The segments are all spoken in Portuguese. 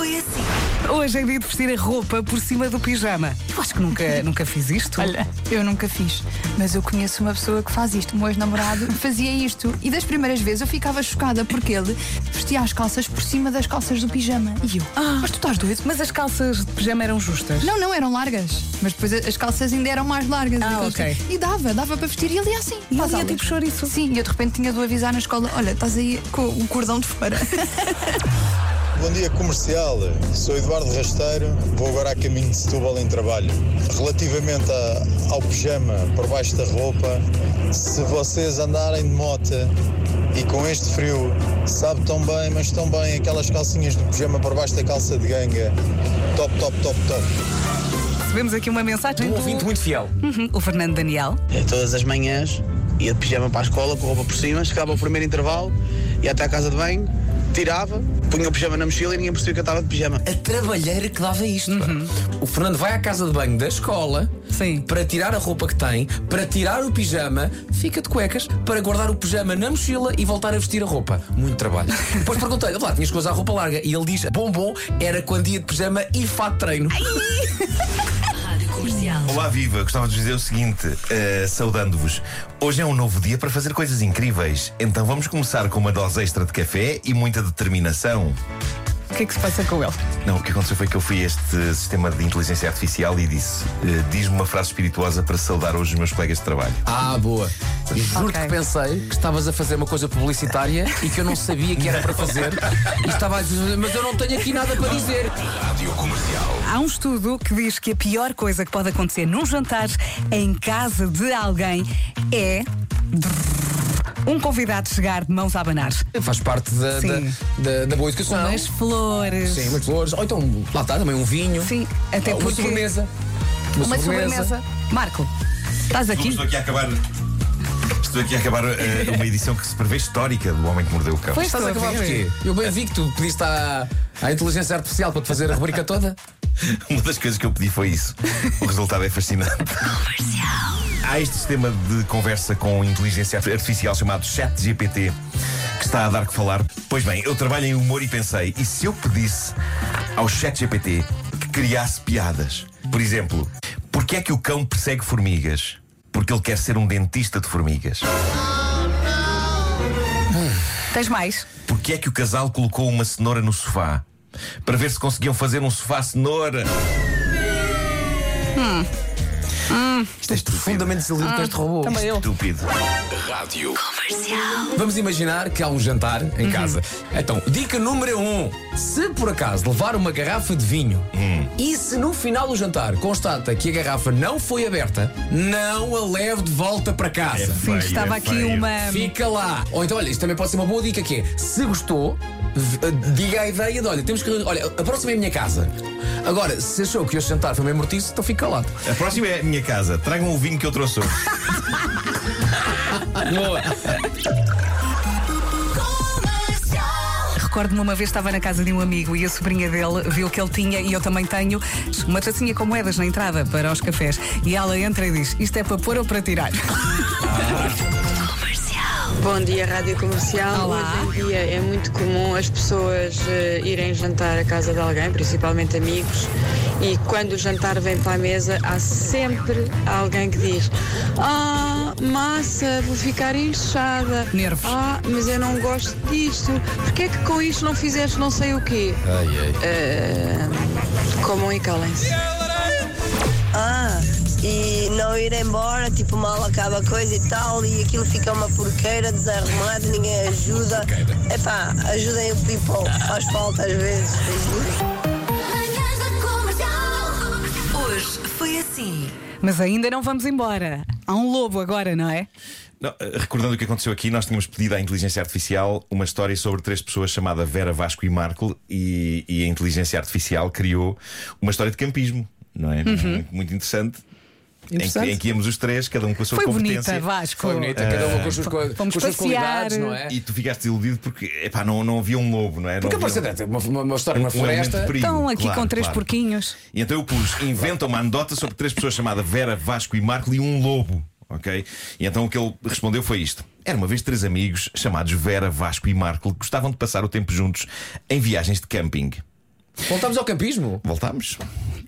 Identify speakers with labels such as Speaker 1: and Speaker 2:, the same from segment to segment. Speaker 1: assim.
Speaker 2: Hoje é dia de vestir a roupa por cima do pijama. Eu acho que nunca, nunca fiz isto.
Speaker 3: Olha, eu nunca fiz, mas eu conheço uma pessoa que faz isto. O meu ex-namorado fazia isto. E das primeiras vezes eu ficava chocada porque ele vestia as calças por cima das calças do pijama. E eu,
Speaker 2: Ah.
Speaker 3: mas tu estás doido?
Speaker 2: Mas as calças de pijama eram justas.
Speaker 3: Não, não, eram largas. Mas depois as calças ainda eram mais largas.
Speaker 2: Ah,
Speaker 3: Aqueles-
Speaker 2: ok.
Speaker 3: E dava, dava para vestir. E ele ia assim.
Speaker 2: E
Speaker 3: para as
Speaker 2: ele ia
Speaker 3: aulas.
Speaker 2: tipo chouriço.
Speaker 3: Sim, e eu de repente tinha de o avisar na escola: olha, estás aí com o cordão de fora.
Speaker 4: Bom dia comercial, sou Eduardo Rasteiro, vou agora a caminho de Setúbal em trabalho. Relativamente a- ao pijama por baixo da roupa, se vocês andarem de moto e com este frio, sabe tão bem, mas tão bem aquelas calcinhas de pijama por baixo da calça de ganga. Top, top, top, top.
Speaker 2: Recebemos aqui uma mensagem
Speaker 5: Um
Speaker 2: do
Speaker 5: ouvinte muito fiel.
Speaker 2: Uhum, o Fernando Daniel.
Speaker 6: Eu, É, todas as manhãs ia de pijama para a escola, com roupa por cima, chegava ao primeiro intervalo, ia até à casa de banho, tirava, punha o pijama na mochila e ninguém percebia que eu estava de pijama.
Speaker 5: A trabalheira que dava isto. pá. O Fernando vai à casa de banho da escola
Speaker 2: Sim.
Speaker 5: para tirar a roupa que tem, para tirar o pijama, fica de cuecas, para guardar o pijama na mochila e voltar a vestir a roupa. Muito trabalho. Depois perguntei-lhe, lá, tinhas coisa à roupa larga. E ele diz: bom, bom, era quando ia de pijama e fato de treino.
Speaker 7: Olá, viva! Gostava de vos dizer o seguinte, eh, saudando-vos. Hoje é um novo dia para fazer coisas incríveis. Então vamos começar com uma dose extra de café e muita determinação.
Speaker 2: O que é que se passa com ele?
Speaker 7: Não, o que aconteceu foi que eu fui a este sistema de inteligência artificial e disse: eh, diz-me uma frase espirituosa para saudar hoje os meus colegas de trabalho.
Speaker 5: Ah, boa. E Juro-te
Speaker 2: Ok.
Speaker 5: que pensei que estavas a fazer uma coisa publicitária e que eu não sabia que era para fazer. E estava a dizer, mas eu não tenho aqui nada para dizer.
Speaker 2: Há um estudo que diz que a pior coisa que pode acontecer num jantar em casa de alguém é. Um convidado chegar de mãos a abanar.
Speaker 5: Faz parte da, da,
Speaker 2: Sim.
Speaker 5: da- da boa educação. é?
Speaker 2: Umas flores.
Speaker 5: Então? Sim, umas flores. Ou então, lá está, também um vinho.
Speaker 2: Sim, até
Speaker 5: Ou uma
Speaker 2: porque-
Speaker 5: sobremesa. Uma,
Speaker 2: Uma sobremesa. Marco, estás aqui?
Speaker 7: Estou aqui a acabar. Estou aqui a acabar eh, uma edição que se prevê histórica do Homem que Mordeu o Cão.
Speaker 2: Pois
Speaker 5: Estás a
Speaker 2: estou
Speaker 5: acabar
Speaker 2: ver.
Speaker 5: porquê? Eu bem vi que tu pediste à, à inteligência artificial para te fazer a rubrica toda.
Speaker 7: Uma das coisas que eu pedi foi isso. O resultado é fascinante. Há este sistema de conversa com inteligência artificial chamado ChatGPT que está a dar que falar. Pois bem, eu trabalho em humor e pensei, e se eu pedisse ao ChatGPT que criasse piadas? Por exemplo, porquê é que o cão persegue formigas? Porque ele quer ser um dentista de formigas.
Speaker 2: Tens mais?
Speaker 7: Porquê é que o casal colocou uma cenoura no sofá? Para ver se conseguiam fazer um sofá cenoura.
Speaker 5: Isto é profundamente desiludido com este robô.
Speaker 7: Estúpido.
Speaker 5: Vamos imaginar que há um jantar em casa. Então, dica número um: se por acaso levar uma garrafa de vinho e se no final do jantar constata que a garrafa não foi aberta, não a leve de volta para casa.
Speaker 2: Sim,
Speaker 7: Feio,
Speaker 2: estava
Speaker 7: é
Speaker 2: aqui
Speaker 7: feio.
Speaker 2: uma.
Speaker 5: Fica lá. Ou então, olha, isto também pode ser uma boa dica que é, se gostou, v- eh, diga a ideia de, olha, temos que, olha, a próxima é a minha casa. Agora, se achou que este jantar foi meio mortiço, então fica lá.
Speaker 7: A próxima é a minha casa. Tragam o vinho que eu trouxe hoje.
Speaker 5: Boa.
Speaker 2: Recordo-me uma vez estava na casa de um amigo e a sobrinha dele viu que ele tinha, e eu também tenho, uma tacinha com moedas na entrada para os cafés. E ela entra e diz: Isto é para pôr ou para tirar?
Speaker 8: Bom dia, Rádio Comercial.
Speaker 2: Olá.
Speaker 8: Hoje em dia é muito comum as pessoas eh, irem jantar à casa de alguém, principalmente amigos, e quando o jantar vem para a mesa há sempre alguém que diz Ah, massa, vou ficar inchada.
Speaker 2: Nervos.
Speaker 8: Ah, mas eu não gosto disto. Porquê é que com isto não fizeste não sei o quê? Eh, comam e calem-se.
Speaker 9: Ah, e não ir embora, tipo, mal acaba a coisa e tal, e aquilo fica uma porqueira, desarrumado, ninguém ajuda. Epá, ajudem o people, faz falta às vezes.
Speaker 1: Manhãs da Comercial. Hoje foi assim.
Speaker 2: Mas ainda não vamos embora. Há um lobo agora, não é?
Speaker 7: Não, eh, recordando o que aconteceu aqui, nós tínhamos pedido à inteligência artificial uma história sobre três pessoas chamada Vera, Vasco e Marco, e, e a inteligência artificial criou uma história de campismo, não
Speaker 2: Uhum.
Speaker 7: é? Muito, muito interessante. Em que,
Speaker 5: Interessante.
Speaker 7: em que íamos os três, cada um com a sua
Speaker 2: Foi
Speaker 7: competência.
Speaker 2: bonita, Vasco.
Speaker 5: Foi bonita, cada uma com as suas,
Speaker 2: Fomos
Speaker 5: co- com as suas
Speaker 2: passear.
Speaker 5: qualidades, não é?
Speaker 7: E tu ficaste desiludido porque epá, não, não havia um lobo, não é?
Speaker 5: Porque
Speaker 7: não
Speaker 5: apareceu
Speaker 7: havia um-
Speaker 5: até uma, uma, uma história, uma
Speaker 7: um elemento de
Speaker 5: floresta.
Speaker 7: perigo,
Speaker 2: Estão aqui
Speaker 7: claro,
Speaker 2: com três
Speaker 7: claro.
Speaker 2: porquinhos.
Speaker 7: E então eu pus, inventa uma anedota sobre três pessoas chamadas Vera, Vasco e Marco e um lobo, ok? E então o que ele respondeu foi isto. Era uma vez três amigos chamados Vera, Vasco e Marco que gostavam de passar o tempo juntos em viagens de camping.
Speaker 5: Voltamos ao campismo?
Speaker 7: Voltámos.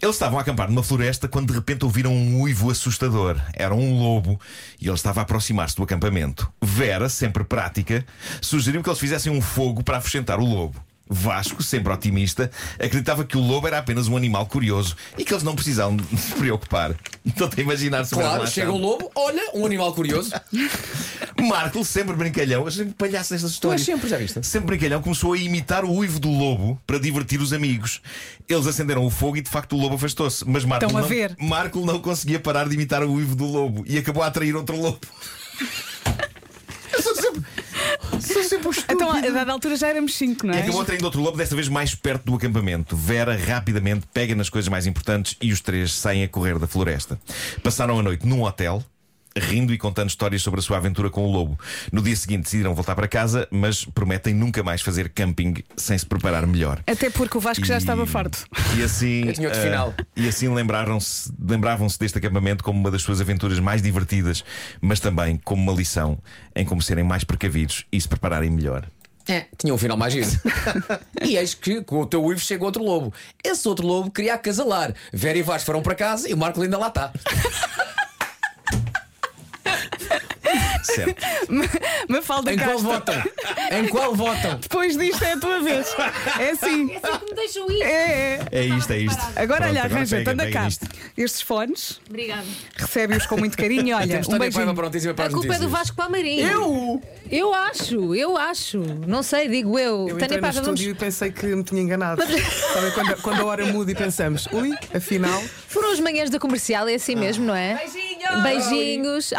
Speaker 7: Eles estavam a acampar numa floresta quando de repente ouviram um uivo assustador. Era um lobo e ele estava a aproximar-se do acampamento. Vera, sempre prática, sugeriu que eles fizessem um fogo para afugentar o lobo. Vasco, sempre otimista, acreditava que o lobo era apenas um animal curioso e que eles não precisavam de se preocupar. Estou-te a imaginar se o Vera lá Então,
Speaker 5: Claro, chega o
Speaker 7: estava.
Speaker 5: lobo, olha, um animal curioso.
Speaker 7: Marco, sempre brincalhão, eu sempre palhaço nestas
Speaker 5: Tu és
Speaker 7: histórias.
Speaker 5: sempre, já viste?
Speaker 7: Sempre brincalhão começou a imitar o uivo do lobo para divertir os amigos. Eles acenderam o fogo e de facto o lobo afastou-se. Mas Marco
Speaker 2: Estão a
Speaker 7: não,
Speaker 2: ver.
Speaker 7: Marco não conseguia parar de imitar o uivo do lobo e acabou a atrair outro lobo. Eu sou sempre. Sou sempre um estúpido.
Speaker 2: Então, a dada altura já éramos cinco, não
Speaker 7: E
Speaker 2: é?
Speaker 7: acabou atraindo outro lobo, desta vez mais perto do acampamento. Vera rapidamente pega nas coisas mais importantes e os três saem a correr da floresta. Passaram a noite num hotel. Rindo e contando histórias sobre a sua aventura com o lobo. No dia seguinte decidiram voltar para casa, mas prometem nunca mais fazer camping sem se preparar melhor.
Speaker 2: Até porque o Vasco já
Speaker 7: E-
Speaker 2: estava farto.
Speaker 7: E assim,
Speaker 5: Eu tinha outro
Speaker 7: eh,
Speaker 5: final.
Speaker 7: e assim lembraram-se, lembravam-se deste acampamento como uma das suas aventuras mais divertidas, mas também como uma lição em como serem mais precavidos e se prepararem melhor.
Speaker 5: É, tinha um final mais giro. e eis que com o teu uivo chega outro lobo. Esse outro lobo queria acasalar. Vera e Vasco foram para casa e o Marco ainda lá está.
Speaker 7: Certo.
Speaker 2: Mafalda
Speaker 5: Em
Speaker 7: Então-
Speaker 5: qual
Speaker 2: Castro.
Speaker 5: votam? Em qual votam?
Speaker 2: Depois disto é a tua vez. É assim.
Speaker 1: É assim que me deixam ir.
Speaker 2: É, é.
Speaker 7: É isto, é isto.
Speaker 2: Agora
Speaker 7: Pronto,
Speaker 2: olha, arranja,
Speaker 7: pega,
Speaker 2: anda
Speaker 7: pega
Speaker 2: cá.
Speaker 7: nisto.
Speaker 2: Estes fones,
Speaker 1: Obrigada.
Speaker 2: recebe-os com muito carinho. e Olha,
Speaker 5: Temos
Speaker 2: um
Speaker 5: Tânia Paiva
Speaker 2: beijinho.
Speaker 5: para o notícia e para
Speaker 10: A
Speaker 5: as
Speaker 10: culpa é do
Speaker 5: notícias.
Speaker 10: Vasco Palmeirim. Eu? Eu acho, eu acho. Não sei, digo eu.
Speaker 11: Eu
Speaker 10: Tânia
Speaker 11: entrei no
Speaker 10: Paiva, vamos.
Speaker 11: estúdio e pensei que me tinha enganado. Sabe, quando, quando a hora muda e pensamos, ui, afinal.
Speaker 10: Foram as manhãs da comercial, é assim mesmo, não é? Beijinhos. Beijinhos.